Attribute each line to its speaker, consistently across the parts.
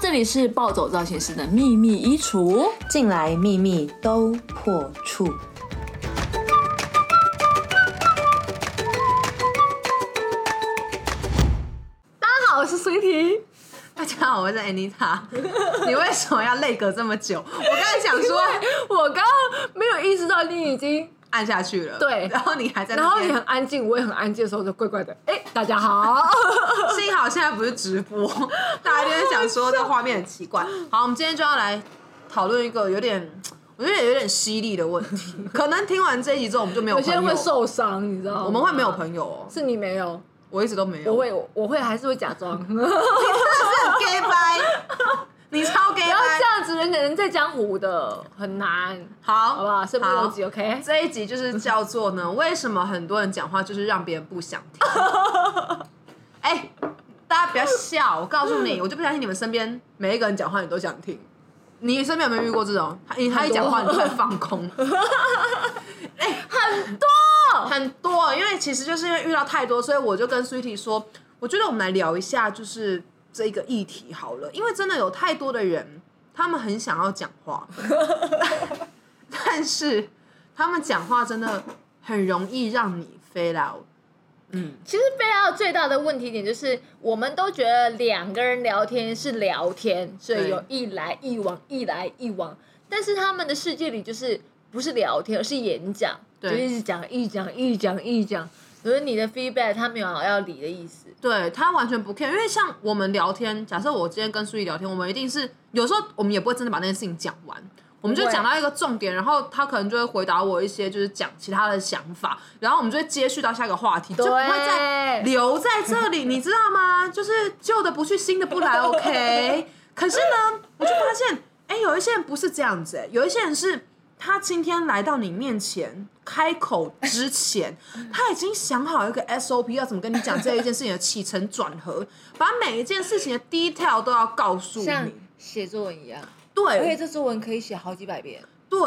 Speaker 1: 这里是暴走造型师的秘密衣橱。
Speaker 2: 进来秘密都破处。
Speaker 3: 大
Speaker 4: 哦
Speaker 3: 家好，我是 Sweetie。大家好，我 是 Anita。你为什么要累隔这么久？我刚才想说，
Speaker 4: 我刚刚没有意识到你已经，
Speaker 3: 按下去了，
Speaker 4: 对
Speaker 3: 然后你还在那
Speaker 4: 然
Speaker 3: 边，
Speaker 4: 后你很安静，我也很安静的时候就怪怪的。哎、大家好，
Speaker 3: 幸好现在不是直 播，大家就在想说这画面很奇怪。好，我们今天就要来讨论一个有点，我觉得有点犀利的问题。 可能听完这一集之后，我们就 没有
Speaker 4: 有
Speaker 3: 朋友，
Speaker 4: 些人会受伤，你知道吗？
Speaker 3: 我们会没有朋友哦。
Speaker 4: 是你没有，
Speaker 3: 我一直都没有，
Speaker 4: 我 会我会还是会假装，不
Speaker 3: 啊很 gay 掰， 你超 gay
Speaker 4: 要
Speaker 3: 掰
Speaker 4: 这。样子，人人在江湖的很难，
Speaker 3: 好，
Speaker 4: 好不好？身不由己，OK。哦
Speaker 3: 这一集就是叫做呢，为什么很多人讲话就是让别人不想听？ 哎、大家不要笑，我告诉你，我就不相信你们身边每一个人讲话你都想听。你身边有没有遇过这种？你他一讲话你就在放 空，哎、很多很多，因为其实就是因为遇到太多，所以我就跟 Sweetie 说，我觉得我们来聊一下，就是这一个议题好了，因为真的有太多的人，他们很想要讲话， 但是他们讲话真的很容易让你飞来。
Speaker 5: 其实贝奥最大的问题点就是，我们都觉得两个人聊天是聊天，所以
Speaker 3: 对
Speaker 5: 有一来一往，一来一往。但是他们的世界里就是不是聊天，而是演讲，就
Speaker 3: 对
Speaker 5: 一直讲，一直讲，一直讲，一直讲。可是你的 feedback 他没有要理的意思，
Speaker 3: 对他完全不 care，因为像我们聊天，假设我今天跟苏怡聊天，我们一定是有时候我们也不会真的把那件事情讲完，我们就
Speaker 5: 不会
Speaker 3: 讲到一个重点，然后他可能就会回答我一些就是讲其他的想法，然后我们就会接续到下一个话题，就不会再留在这里，你知道吗？ 就是旧的不去，新的不来，OK。可是呢，我就发现，哎、有一些人不是这样子、哎，有一些人是。他今天来到你面前开口之前，他已经想好一个 SOP 要怎么跟你讲这一件事情的起承转合，把每一件事情的 detail 都要告诉
Speaker 5: 像
Speaker 3: 你。
Speaker 5: 写作文一样，而且
Speaker 3: 对
Speaker 5: 这作文可以写好几百遍。
Speaker 3: 对，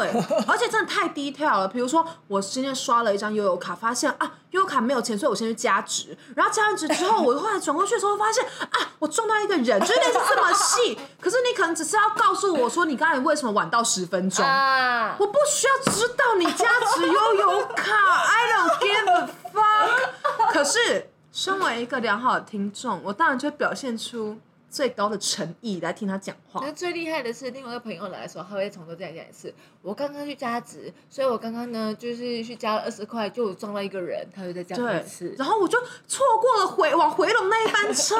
Speaker 3: 而且真的太 detail 了。比如说，我今天刷了一张悠游卡，发现啊，悠游卡没有钱，所以我先去加值。然后加完值之后，我后来转过去的时候，发现啊，我撞到一个人，就是类似这么细。可是你可能只是要告诉我说，你刚才为什么晚到十分钟。
Speaker 5: 啊，
Speaker 3: 我不需要知道你家只有有卡，I don't give a fuck。可是，身为一个良好的听众，我当然就会表现出最高的诚意来听他讲话
Speaker 5: 可是。最厉害的是，另外一个朋友来的时候，他会从头再讲一次。我刚刚去加值，所以我刚刚呢就是去加了二十块，就撞到一个人，他又再讲一
Speaker 3: 对
Speaker 5: 次，。
Speaker 3: 然后我就错过了回往回龙那一班车，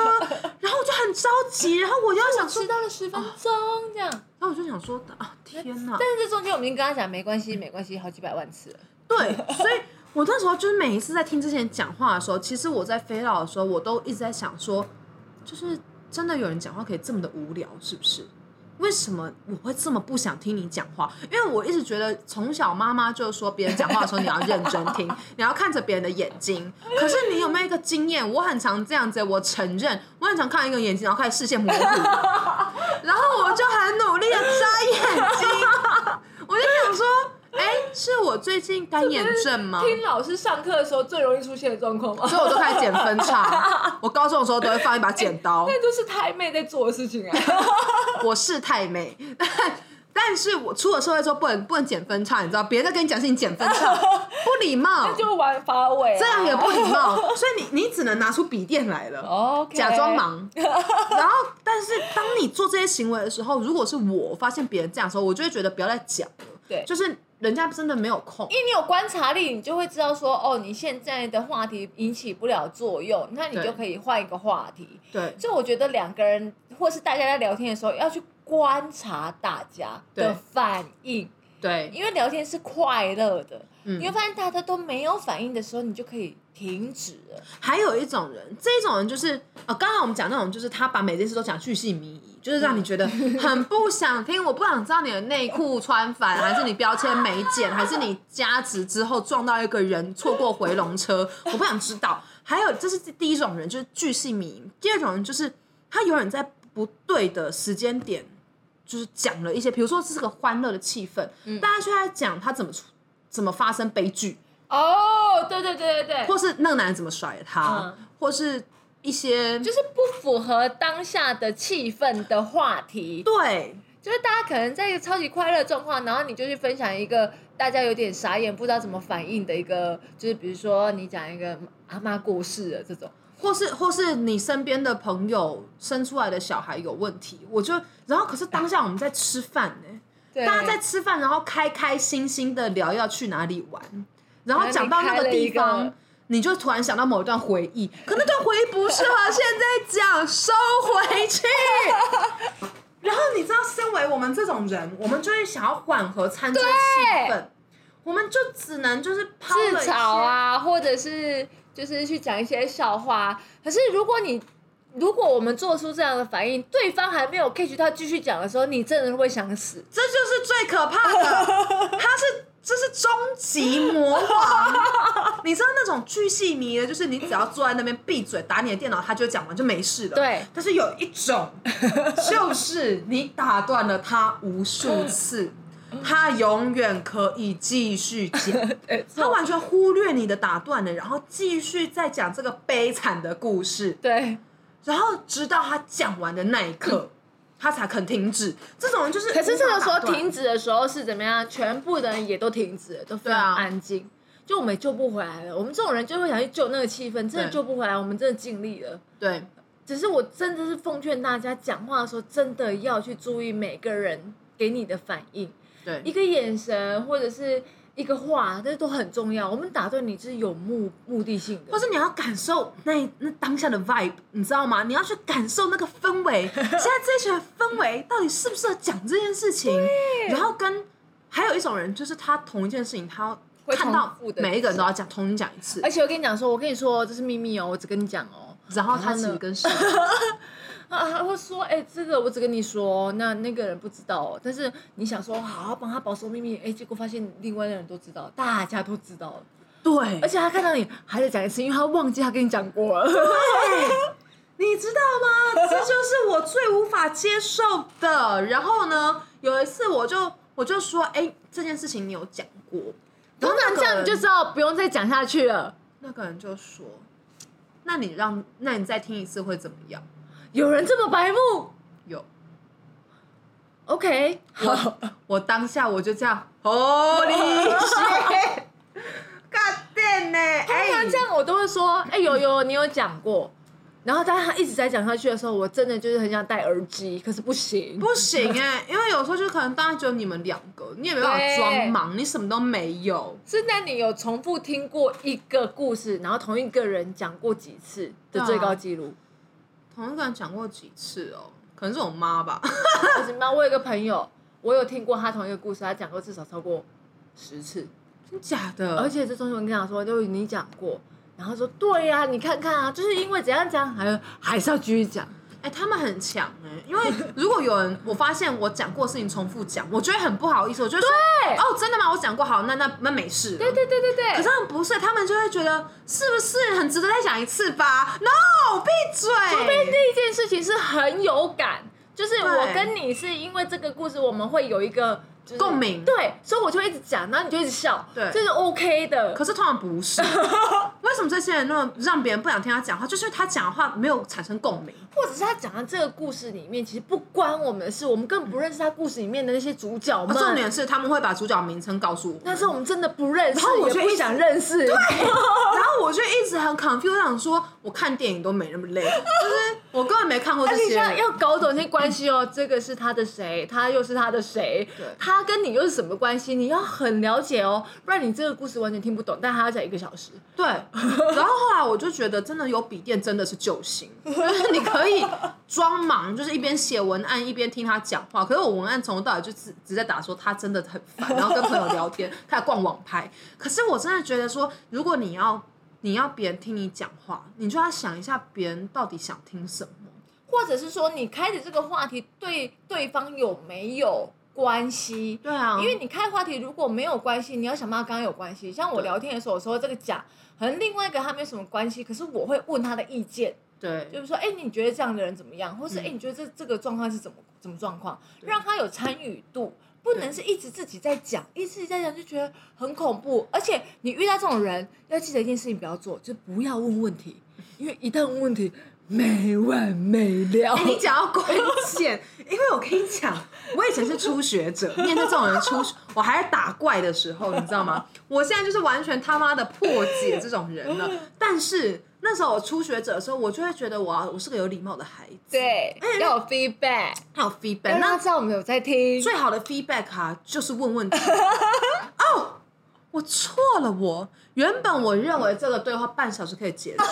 Speaker 3: 然后我就很着急，然后我就要想说
Speaker 5: 迟，到了十分钟这样，
Speaker 3: 然后我就想说啊，天哪！
Speaker 5: 但是这中间我们已经跟他讲没关系，没关系，好几百万次了。
Speaker 3: 对，所以我那时候就是每一次在听之前讲话的时候，其实我在飞到的时候，我都一直在想说，就是真的有人讲话可以这么的无聊，是不是？为什么我会这么不想听你讲话？因为我一直觉得从小妈妈就说别人讲话的时候你要认真听，你要看着别人的眼睛。可是你有没有一个经验？我很常这样子，我承认，我很常看一个眼睛，然后开始视线模糊，然后我就很努力的眨眼睛，我就想说，哎、是我最近干眼症吗？
Speaker 4: 听老师上课的时候最容易出现的状 况吗？
Speaker 3: 所以我都开始剪分叉。我高中的时候都会放一把 剪刀，
Speaker 4: 那就是太妹在做的事情啊！
Speaker 3: 我是太美， 但是我出了社会之后不能不能剪分叉，你知道，别人在跟你讲事情剪分 叉，不礼貌，
Speaker 4: 就玩发尾、啊，
Speaker 3: 这样也不礼 貌，所以你你只能拿出笔电来了。
Speaker 4: OK，
Speaker 3: 假 装。忙，然后，但是当你做这些行为的时候，如果是我发现别人这样的时候，我就会觉得不要再讲了。
Speaker 5: 对
Speaker 3: 就是人家真的没有空。
Speaker 5: 因为你有观察力，你就会知道说，哦，你现在的话题引起不了作用，那你
Speaker 3: 对
Speaker 5: 就可以换一个话题。
Speaker 3: 对，
Speaker 5: 所以我觉得两个人或是大家在聊天的时候，要去观察大家
Speaker 3: 对
Speaker 5: 的反应，
Speaker 3: 对，
Speaker 5: 因为聊天是快乐的。
Speaker 3: 嗯
Speaker 5: 你会发现大家都没有反应的时候，你就可以停止了。
Speaker 3: 还有一种人，这一种人就是呃，刚才我们讲那种，就是他把每件事都讲巨细靡遗，就是让你觉得很不想听，我不想知道你的内裤穿反，还是你标签没剪， 还是你加值之后撞到一个人错过回龙车，我不想知道。还有这是第一种人，就是巨细靡遗；第二种人就是他永远在不对的时间点，就是讲了一些，比如说这是个欢乐的气氛，大家就在讲他怎么出怎么发生悲剧。
Speaker 4: 哦，对对对对对，
Speaker 3: 或是那个男人怎么甩他，
Speaker 5: 嗯
Speaker 3: 或是一些，
Speaker 5: 就是不符合当下的气氛的话题，
Speaker 3: 对
Speaker 5: 就是大家可能在一个超级快乐的状况，然后你就去分享一个大家有点傻眼、不知道怎么反应的一个，就是比如说你讲一个阿妈过世了这种，
Speaker 3: 或是或是你身边的朋友生出来的小孩有问题，我就然后可是当下我们在吃饭呢、
Speaker 5: 对
Speaker 3: 大家在吃饭，然后开开心心的聊要去哪里玩，然后讲到那个地
Speaker 5: 然后你开了一
Speaker 3: 方
Speaker 5: 个，
Speaker 3: 你就突然想到某一段回忆，可那段回忆不适合现在讲，收回 去。然后你知道，身为我们这种人，我们就会想要缓和餐桌气氛，我们就只能就是抛
Speaker 5: 自
Speaker 3: 了一些
Speaker 5: 嘲，啊，或者是就是去讲一些笑话。啊可是如果你如果我们做出这样的反应，对方还没有 catch 到继续讲的时候，你真的会想死。
Speaker 3: 这就是最可怕的， 他是。这是终极魔王， 你知道那种巨细靡的，就是你只要坐在那边闭嘴打你的电脑，他就讲完就没事了。
Speaker 5: 对，
Speaker 3: 但是有一种， 就是你打断了他无数次， 他永远可以继续 讲，他完全忽略你的打断了，然后继续再讲这个悲惨的故事，
Speaker 5: 对，
Speaker 3: 然后直到他讲完的那一刻，他才肯停止。这种人就是，
Speaker 5: 嗯可是这个时候停，止的时候是怎么样？全部的人也都停止了，都非常
Speaker 3: 对啊
Speaker 5: 安静，就我们也救不回来了。我们这种人就会想去救那个气氛，真的
Speaker 3: 对
Speaker 5: 救不回来，我们真的尽力了。
Speaker 3: 对，
Speaker 5: 只是我真的是奉劝大家，讲话的时候真的要去注意每个人给你的反应，
Speaker 3: 对
Speaker 5: 一个眼神或者是一个话，那都很重要。我们打断你就是有目目的性的，
Speaker 3: 或是你要感受那那当下的 vibe，你知道吗？你要去感受那个氛 围，现在这群人氛围到底适不适合讲这件事情？然后跟还有一种人，就是他同一件事情，他要
Speaker 5: 会
Speaker 3: 看到
Speaker 5: 重复地
Speaker 3: 每一个人都要讲，重新讲一次
Speaker 5: 而，且我跟你讲说，我跟你说这是秘密哦，我只跟你讲哦。
Speaker 3: 然后
Speaker 5: 然
Speaker 3: 他
Speaker 5: 后
Speaker 3: 其
Speaker 5: 呢
Speaker 3: 实跟是
Speaker 5: 啊，他会说，哎、这个我只跟你说，那那个人不知道哦。但是你想说，好好帮他保守秘密，哎、结果发现另外的人都知道，大家都知道了，
Speaker 3: 对
Speaker 5: 而，且他看到你还在讲一次，因为 他忘记他跟你讲过了。
Speaker 3: 你知道吗？这就是我最无法接受的。然后呢，有一次我就我就说，哎、这件事情你有讲过，
Speaker 5: 通常这样你就知道不用再讲下去了。
Speaker 3: 那个人就说，那你让那你再听一次会怎么样？
Speaker 5: 有人这么白目
Speaker 3: 有。
Speaker 5: ？OK，好，
Speaker 3: 我当下我就这样，Holy
Speaker 5: 哦
Speaker 3: shit，God damn 呢！
Speaker 5: 通常这样我都会说，哎、有有，你有讲过。然后，当他一直在讲下去的时候，我真的就是很想戴耳机，可是不行。
Speaker 3: 不行哎、因为有时候就可能当然只有你们两个，你也没办法
Speaker 5: 对
Speaker 3: 装忙，你什么都没有。
Speaker 5: 是那你有重复听过一个故事，然后同一个人讲过几次的最高纪录？
Speaker 3: 同一个人讲过几次哦？可能是我妈吧。
Speaker 5: 我怎么样？我有一个朋友，我有听过他同一个故事，他讲过至少超过十次，
Speaker 3: 真假的？
Speaker 5: 而且这中间我跟他说，就你讲过，然后说对呀、你看看啊，就是因为怎样怎样，还还是要继续讲。
Speaker 3: 哎、他们很强哎、因为如果有人我发现我讲过的事情重复讲，我觉得很不好意思，我就会说
Speaker 5: 对
Speaker 3: 哦，真的吗？我讲过，好，那那那没事了。
Speaker 5: 对对对对对，
Speaker 3: 可是他们不是，他们就会觉得是不是很值得再讲一次吧？No，闭嘴。
Speaker 5: 除非那一件事情是很有感，就是我
Speaker 3: 对
Speaker 5: 跟你是因为这个故事，我们会有一个、就是
Speaker 3: 共鸣
Speaker 5: 对，所以我就会一直讲，然后你就一直笑，
Speaker 3: 对
Speaker 5: 这是 OK 的。
Speaker 3: 可是通常不是， 为什么这些人那么让别人不想听他讲话？就是因为他讲的话没有产生共鸣。
Speaker 5: 或者是他讲的这个故事里面，其实不关我们的事，我们根本不认识他故事里面的那些主角
Speaker 3: 而
Speaker 5: 们。
Speaker 3: 啊重点是他们会把主角名称告诉我，
Speaker 5: 但是我们真的不认识，
Speaker 3: 然后我就
Speaker 5: 也不
Speaker 3: 一直
Speaker 5: 想认识。对，
Speaker 3: 然后我就一直很 confused，我想说我看电影都没那么累，就是我根本没看过 这
Speaker 5: 而且
Speaker 3: 些
Speaker 5: 要
Speaker 3: 人。
Speaker 5: 要搞懂一些关系哦，这个是他的谁，他又是他的谁
Speaker 3: 对，
Speaker 5: 他跟你又是什么关系？你要很了解哦，不然你这个故事完全听不懂。但他要讲一个小时，
Speaker 3: 对，然后后来我就觉得真的有笔电真的是救星，就是你可以装忙，就是一边写文案一边听他讲话。可是我文案从头到尾就只只在打说他真的很烦，然后跟朋友聊天，开始逛网拍。可是我真的觉得说，如果你要你要别人听你讲话，你就要想一下别人到底想听什么。
Speaker 5: 或者是说你开始这个话题对对方有没有关系？
Speaker 3: 对啊，
Speaker 5: 因为你开话题如果没有关系，你要想办法跟他有关系。像我聊天的时候，我说这个甲和另外一个他没有什么关系，可是我会问他的意见，就
Speaker 3: 对
Speaker 5: 是说，哎、你觉得这样的人怎么样？或是哎、
Speaker 3: 嗯
Speaker 5: 诶你觉得这这个状况是怎么怎么状况？
Speaker 3: 对
Speaker 5: 让他有参与度，不能是一直自己在讲，一直自己在讲就觉得很恐怖。而且你遇到这种人，要记得一件事情不要做，就是不要问问题，因为一旦问问题，
Speaker 4: 没完没了
Speaker 5: 哦
Speaker 3: 哎、。你讲到关键，因为我跟你讲，我以前是初学者，面对这种人初学，我还在打怪的时候，你知道吗？我现在就是完全他妈的破解这种人了。但是那时候我初学者的时候，我就会觉得我要我是个有礼貌的孩子，
Speaker 5: 对，要有 feedback，
Speaker 3: 还有 feedback，
Speaker 5: 要让
Speaker 3: 那
Speaker 5: 他知道我们有在听。
Speaker 3: 最好的 feedback 啊，就是问问题。 哦，我错了我，原本我认为这个对话半小时可以结束，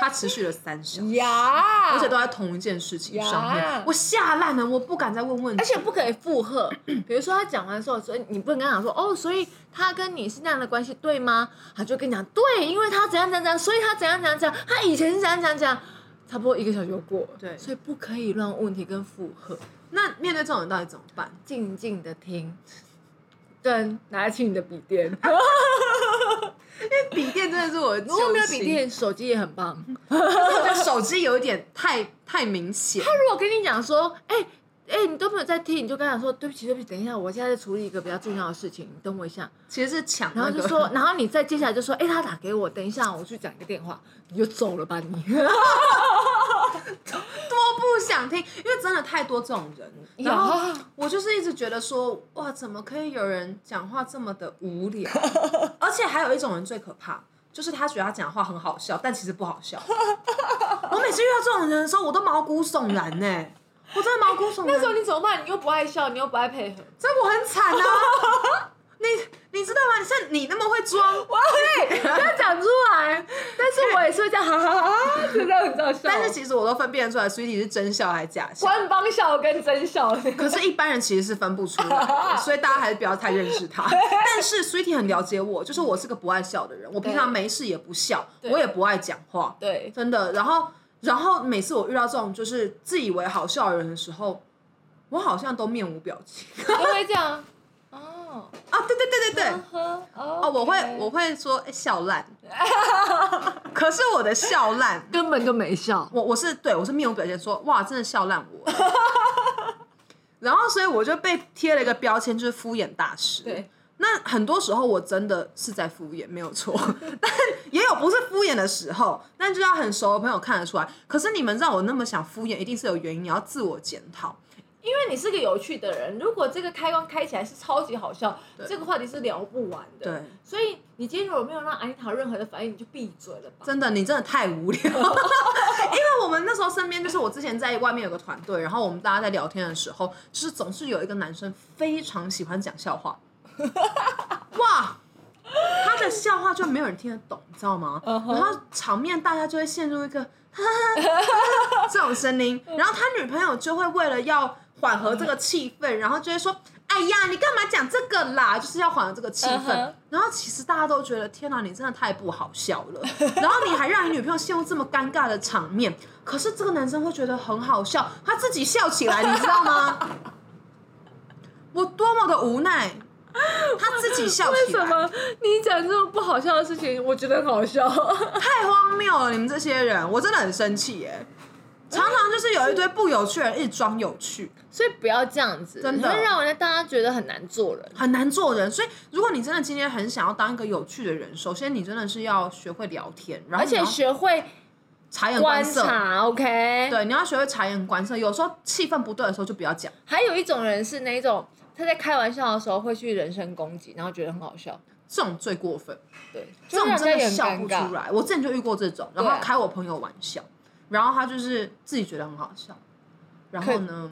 Speaker 3: 它持续了三小时。
Speaker 5: 呀，
Speaker 3: 而且都在同一件事情上面
Speaker 5: 呀，
Speaker 3: 我吓烂了，我不敢再问问题。
Speaker 5: 而且不可以附和。比如说他讲完之后，所以你不能跟他讲说哦，所以他跟你是那样的关系对吗？他就跟你讲对，因为他怎样怎样怎样，所以他怎样怎样怎样，他以前是怎样怎样怎样。差不多一个小时就过了，
Speaker 3: 对
Speaker 5: 所以不可以乱问题跟附和，
Speaker 3: 那面对这种人到底怎么办？
Speaker 5: 静静的听。对，拿起你的笔电，
Speaker 3: 笔电真的是我的
Speaker 5: 如果没有
Speaker 3: 救星
Speaker 5: 笔，电，手机也很棒。
Speaker 3: 但是我觉得手机有一点太太明显。
Speaker 5: 如果跟你讲说，哎、哎、你都没有在听，你就跟他讲说，对不起，对不起，等一下，我现在在处理一个比较重要的事情，你等我一下。
Speaker 3: 其实是抢
Speaker 5: 然
Speaker 3: 那
Speaker 5: 后
Speaker 3: 个，
Speaker 5: 就说，然后你再接下来就说，哎、他打给我，等一下我去讲一个电话，你就走了吧你。
Speaker 3: 多不想听，因为真的太多这种人。然后我就是一直觉得说，哇，怎么可以有人讲话这么的无聊？而且还有一种人最可怕，就是他觉得他讲话很好笑，但其实不好笑。我每次遇到这种人的时候，我都毛骨悚然呢、我真的毛骨悚然。
Speaker 5: 那时候你怎么办？你又不爱笑，你又不爱配合，
Speaker 3: 这我很惨啊！你你知道吗？像你那么会装，
Speaker 5: 不要讲出来。但是我也是会这样，哈哈哈，就这样你知道笑。
Speaker 3: 但是其实我都分辨得出来，所以你是真笑还是假笑。
Speaker 5: 官方笑跟真笑，
Speaker 3: 可是，一般人其实是分不出来的， 所以大家还是不要太认识他。但是 Sweetie 很了解我，就是我是个不爱笑的人，我平常没事也不笑，
Speaker 5: 对
Speaker 3: 我也不爱讲话，
Speaker 5: 对，
Speaker 3: 真的。然后，然后每次我遇到这种就是自以为好笑的人的时候，我好像都面无表情
Speaker 5: 都会这样。哦，
Speaker 3: 啊！对对对对对，
Speaker 5: 呵，哦
Speaker 3: 哦，我会我会说、哎笑 烂，可是我的笑烂
Speaker 4: 根本就没笑，
Speaker 3: 我我是对我是面无表情说哇，真的笑烂我了。 然后，所以我就被贴了一个标签，就是敷衍大师。
Speaker 5: 对，
Speaker 3: 那很多时候我真的是在敷衍，没有错。 但也有不是敷衍的时候，但就要很熟的朋友看得出来。可是你们让我那么想敷衍，一定是有原因，你要自我检讨。
Speaker 5: 因为你是个有趣的人，如果这个开关开起来是超级好笑，
Speaker 3: 对
Speaker 5: 这个话题是聊不完的。
Speaker 3: 对，
Speaker 5: 所以你今天如果没有让安妮塔任何的反应，你就闭嘴了吧。
Speaker 3: 真的，你真的太无聊。因为我们那时候身边就是我之前在外面有个团队，然后我们大家在聊天的时候，就是总是有一个男生非常喜欢讲笑话，哇，他的笑话就没有人听得懂，你知道吗？然后场面大家就会陷入一个这种声音，然后他女朋友就会为了要缓和这个气氛，然后就会说。哎呀，你干嘛讲这个啦？就是要缓和这个气氛。
Speaker 5: 嗯哼
Speaker 3: 然后其实大家都觉得，天哪，你真的太不好笑了。然后你还让你女朋友陷入这么尴尬的场面，可是这个男生会觉得很好笑，他自己笑起来，你知道吗？我多么的无奈，他自己笑
Speaker 5: 为
Speaker 3: 起
Speaker 5: 什
Speaker 3: 来。
Speaker 5: 么你讲这种不好笑的事情，我觉得很好笑？
Speaker 3: 太荒谬了！你们这些人，我真的很生气耶。常常就是有一堆不有趣的人一直装有趣，
Speaker 5: 所以不要这样子，
Speaker 3: 真的
Speaker 5: 你会让人家大家觉得很难做人。
Speaker 3: 很难做人。所以，如果你真的今天很想要当一个有趣的人，首先你真的是要学会聊天，然
Speaker 5: 而
Speaker 3: 后你
Speaker 5: 且
Speaker 3: 要
Speaker 5: 学会
Speaker 3: 察言
Speaker 5: 观
Speaker 3: 观色。
Speaker 5: 察，OK。
Speaker 3: 对，你要学会察言观色。有时候气氛不对的时候就不要讲，
Speaker 5: 还有一种人是那种他在开玩笑的时候会去人身攻击，然后觉得很好笑，
Speaker 3: 这种最过分，
Speaker 5: 对，
Speaker 3: 这种
Speaker 5: 就让
Speaker 3: 真
Speaker 5: 人
Speaker 3: 的
Speaker 5: 家
Speaker 3: 笑
Speaker 5: 也很
Speaker 3: 不
Speaker 5: 尴尬
Speaker 3: 出。来。我之前就遇过这种，然
Speaker 5: 对
Speaker 3: 后
Speaker 5: 啊
Speaker 3: 开我朋友玩笑，然后他就是自己觉得很好笑，然后
Speaker 5: 可
Speaker 3: 呢，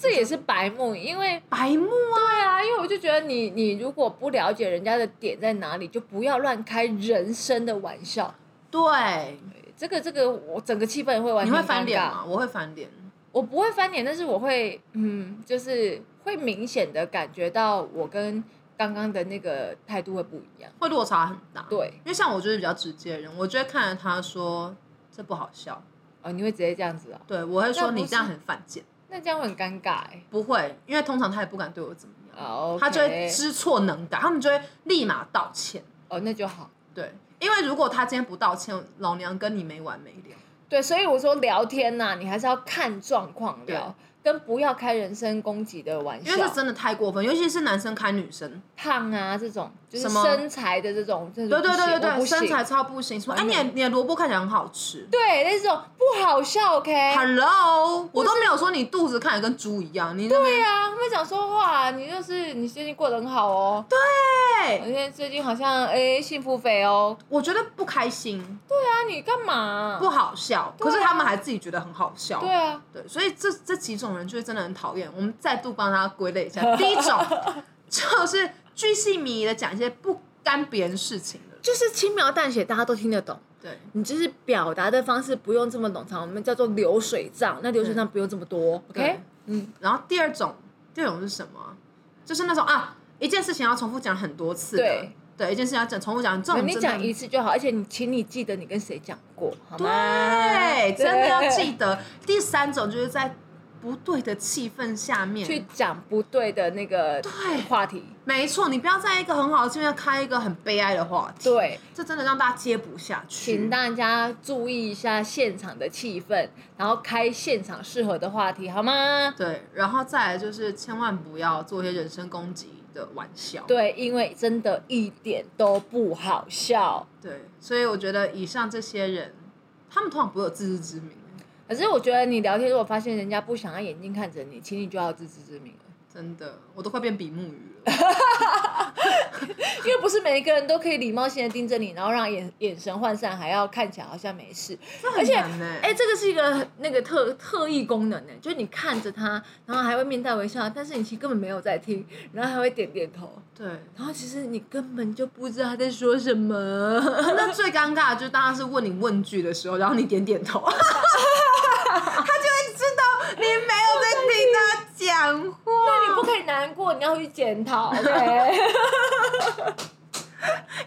Speaker 5: 这也是白目，因为
Speaker 3: 白目啊，
Speaker 5: 对啊，因为我就觉得你你如果不了解人家的点在哪里，就不要乱开人身的玩笑。
Speaker 3: 对，
Speaker 5: 这个这个，我整个气氛会完
Speaker 3: 你
Speaker 5: 全
Speaker 3: 会翻
Speaker 5: 尴
Speaker 3: 脸
Speaker 5: 尬
Speaker 3: 吗？我会翻脸。
Speaker 5: 我不会翻脸，但是我会，嗯，就是会明显的感觉到我跟刚刚的那个态度会不一样。
Speaker 3: 会落差很大。，
Speaker 5: 对，
Speaker 3: 因为像我就是比较直接的人，我就会看着他说这不好笑，
Speaker 5: 哦，你会直接这样子哦，
Speaker 3: 对我会
Speaker 5: 那
Speaker 3: 说
Speaker 5: 不
Speaker 3: 你这样
Speaker 5: 是
Speaker 3: 很犯贱，
Speaker 5: 那这样会很尴尬哎、
Speaker 3: 不会，因为通常他也不敢对我怎么样，
Speaker 5: 哦，
Speaker 3: 他就
Speaker 5: OK
Speaker 3: 会知错能改，他们就会立马道歉。
Speaker 5: 哦，那就好。
Speaker 3: 对，因为如果他今天不道歉，老娘跟你没完没了。
Speaker 5: 对，所以我说聊天呐、你还是要看状况
Speaker 3: 对
Speaker 5: 聊。跟不要开人身攻击的玩笑，
Speaker 3: 因为这真的太过分，尤其是男生看女生，
Speaker 5: 胖啊这种，就是
Speaker 3: 什么
Speaker 5: 身材的这种，对
Speaker 3: 对对对对
Speaker 5: 不行
Speaker 3: 对，身材超不行，什么哎，你的你的萝卜看起来很好吃
Speaker 5: 对那种不好笑，OK？
Speaker 3: ，Hello，我都没有说你肚子看起来跟猪一样，你对
Speaker 5: 对啊，他们讲说话，你就是你最近过得很好哦，对，我现在最近好像哎幸福肥哦，
Speaker 3: 我觉得不开心，
Speaker 5: 那你干嘛？
Speaker 3: 不好笑，可是他们还自己觉得很好笑，
Speaker 5: 啊对啊，
Speaker 3: 对，所以这这几种人就是真的很讨厌。我们再度帮他归类一 下，第一种 就是巨细靡遗的讲一些不干别人事情的，
Speaker 5: 就是轻描淡写，大家都听得懂。
Speaker 3: 对，
Speaker 5: 你就是表达的方式不用这么冗长，我们叫做流水账。那流水账不用这么多，OK？哦
Speaker 3: 对然后第二种，第二种是什么啊？就是那种啊，一件事情要重复讲很多次的，
Speaker 5: 对
Speaker 3: 对，一件事情要讲重复讲，这种
Speaker 5: 你
Speaker 3: 真的
Speaker 5: 讲一次就好，而且你请你记得你跟谁讲过，好吗？
Speaker 3: 对，真的要
Speaker 5: 对
Speaker 3: 记得。第三种就是在不对的气氛下面
Speaker 5: 去讲不对的那个话题，
Speaker 3: 没错，你不要在一个很好的气氛下开一个很悲哀的话题，，
Speaker 5: 对，
Speaker 3: 这真的让大家接不下去。
Speaker 5: 请大家注意一下现场的气氛，然后开现场适合的话题，好吗？
Speaker 3: 对，然后再来就是千万不要做一些人身攻击的玩笑。
Speaker 5: 对，因为真的一点都不好笑。
Speaker 3: 对，所以我觉得以上这些人，他们通常不会有自知之明，
Speaker 5: 可是我觉得你聊天，如果发现人家不想要眼睛看着你，请你就要有自知之明了。
Speaker 3: 真的，我都快变比目鱼 了。
Speaker 5: 因为不是每一个人都可以礼貌性的盯着你，然后让眼眼神涣散，还要看起来好像没事。而且，
Speaker 3: 很难欸
Speaker 5: 哎、这个是一个那个特特异功能呢、欸就是你看着他，然后还会面带微笑，但是你其实根本没有在听，然后还会点点头，
Speaker 3: 对，
Speaker 5: 然后其实你根本就不知道他在说什 么。
Speaker 3: 那最尴尬的就是当他是问你问句的时候，然后你点 点头，他就会知道你没有在听他讲话。
Speaker 5: 你不可以难过，你要去检讨。OK，哎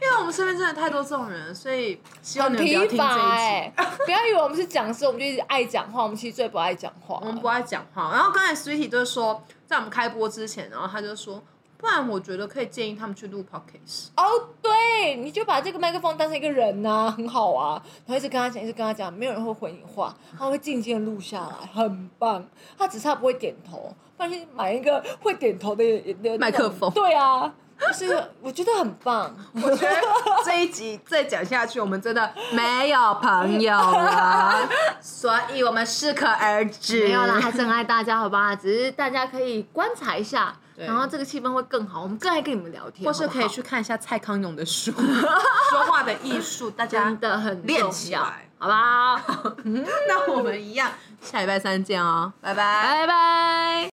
Speaker 3: 因为我们身边真的太多这种人，所以希望你们不要
Speaker 5: 疲
Speaker 3: 听这
Speaker 5: 乏
Speaker 3: 一集。
Speaker 5: 哎、不要以为我们是讲师，我们就一直爱讲话，我们其实最不爱讲话。
Speaker 3: 我们不爱讲话。然后刚才 Sweetie 就说，在我们开播之前，然后他就说，不然我觉得可以建议他们去录 podcast。
Speaker 5: 哦，对，你就把这个麦克风当成一个人呐、很好啊。然后一直跟他讲，一直跟他讲，没有人会回你话，他会静静的录下来，很棒。他只差不会点头，不然就买一个会点头的的那种
Speaker 3: 麦克风
Speaker 5: 对啊，就是我觉得很棒。
Speaker 3: 我觉得这一集再讲下去，我们真的没有朋友了，所以我们适可而止。
Speaker 5: 没有啦，还是很爱大家，好吧？只是大家可以观察一下，
Speaker 3: 对
Speaker 5: 然后这个气氛会更好，我们更爱跟你们聊天，
Speaker 3: 或是可以
Speaker 5: 好
Speaker 3: 去看一下蔡康永的书， 说话的艺术，大
Speaker 5: 不好
Speaker 3: 家
Speaker 5: 真的很重
Speaker 3: 练起
Speaker 5: 要
Speaker 3: 来，
Speaker 5: 好吧？
Speaker 3: 那我们一样，下礼拜三见哦，拜拜。
Speaker 5: 拜拜。